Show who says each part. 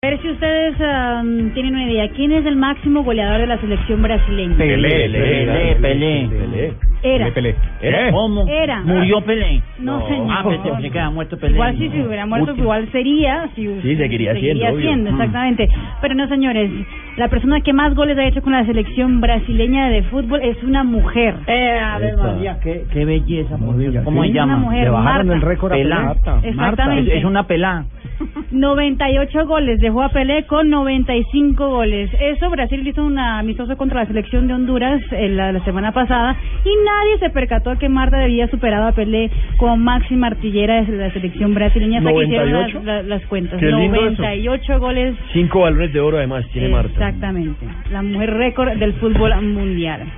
Speaker 1: A ver si ustedes am, tienen una idea. ¿Quién es el máximo goleador de la selección brasileña?
Speaker 2: Pelé,
Speaker 3: Pelé, Pelé.
Speaker 2: Pelé.
Speaker 1: Era.
Speaker 2: Pelé.
Speaker 3: ¿Era? Ah.
Speaker 2: ¿Eh?
Speaker 3: ¿Cómo?
Speaker 1: Era.
Speaker 3: ¿Murió Pelé?
Speaker 1: No, señor.
Speaker 3: Ah, pensé, pensé que había muerto Pelé.
Speaker 1: Igual si se hubiera muerto,
Speaker 3: Último.
Speaker 1: igual sería. Si
Speaker 2: Sí, seguiría siendo, obvio.
Speaker 1: haciendo, exactamente. Pero no, señores. La persona que más goles ha hecho con la selección brasileña de fútbol es una mujer.
Speaker 3: Eh, a ver,
Speaker 2: Epa.
Speaker 3: María, qué, qué belleza. por Dios.
Speaker 2: digas,
Speaker 3: ¿Cómo
Speaker 2: sí.
Speaker 3: se
Speaker 1: Una
Speaker 3: llama?
Speaker 1: mujer, Le bajaron Marta. el récord
Speaker 2: a
Speaker 3: Pelá.
Speaker 2: Pelé. Marta.
Speaker 1: Exactamente.
Speaker 3: Es, es una pelá.
Speaker 1: 98 goles dejó a Pelé con 95 goles. Eso Brasil hizo un amistoso contra la selección de Honduras eh, la, la semana pasada y nadie se percató que Marta había superado a Pelé como máxima artillera de la selección brasileña hasta que hicieron las,
Speaker 2: 98?
Speaker 1: la- las cuentas.
Speaker 2: Qué lindo eso.
Speaker 1: 98 goles.
Speaker 2: Cinco balones de oro además tiene Marta.
Speaker 1: Exactamente. La mujer récord del fútbol mundial.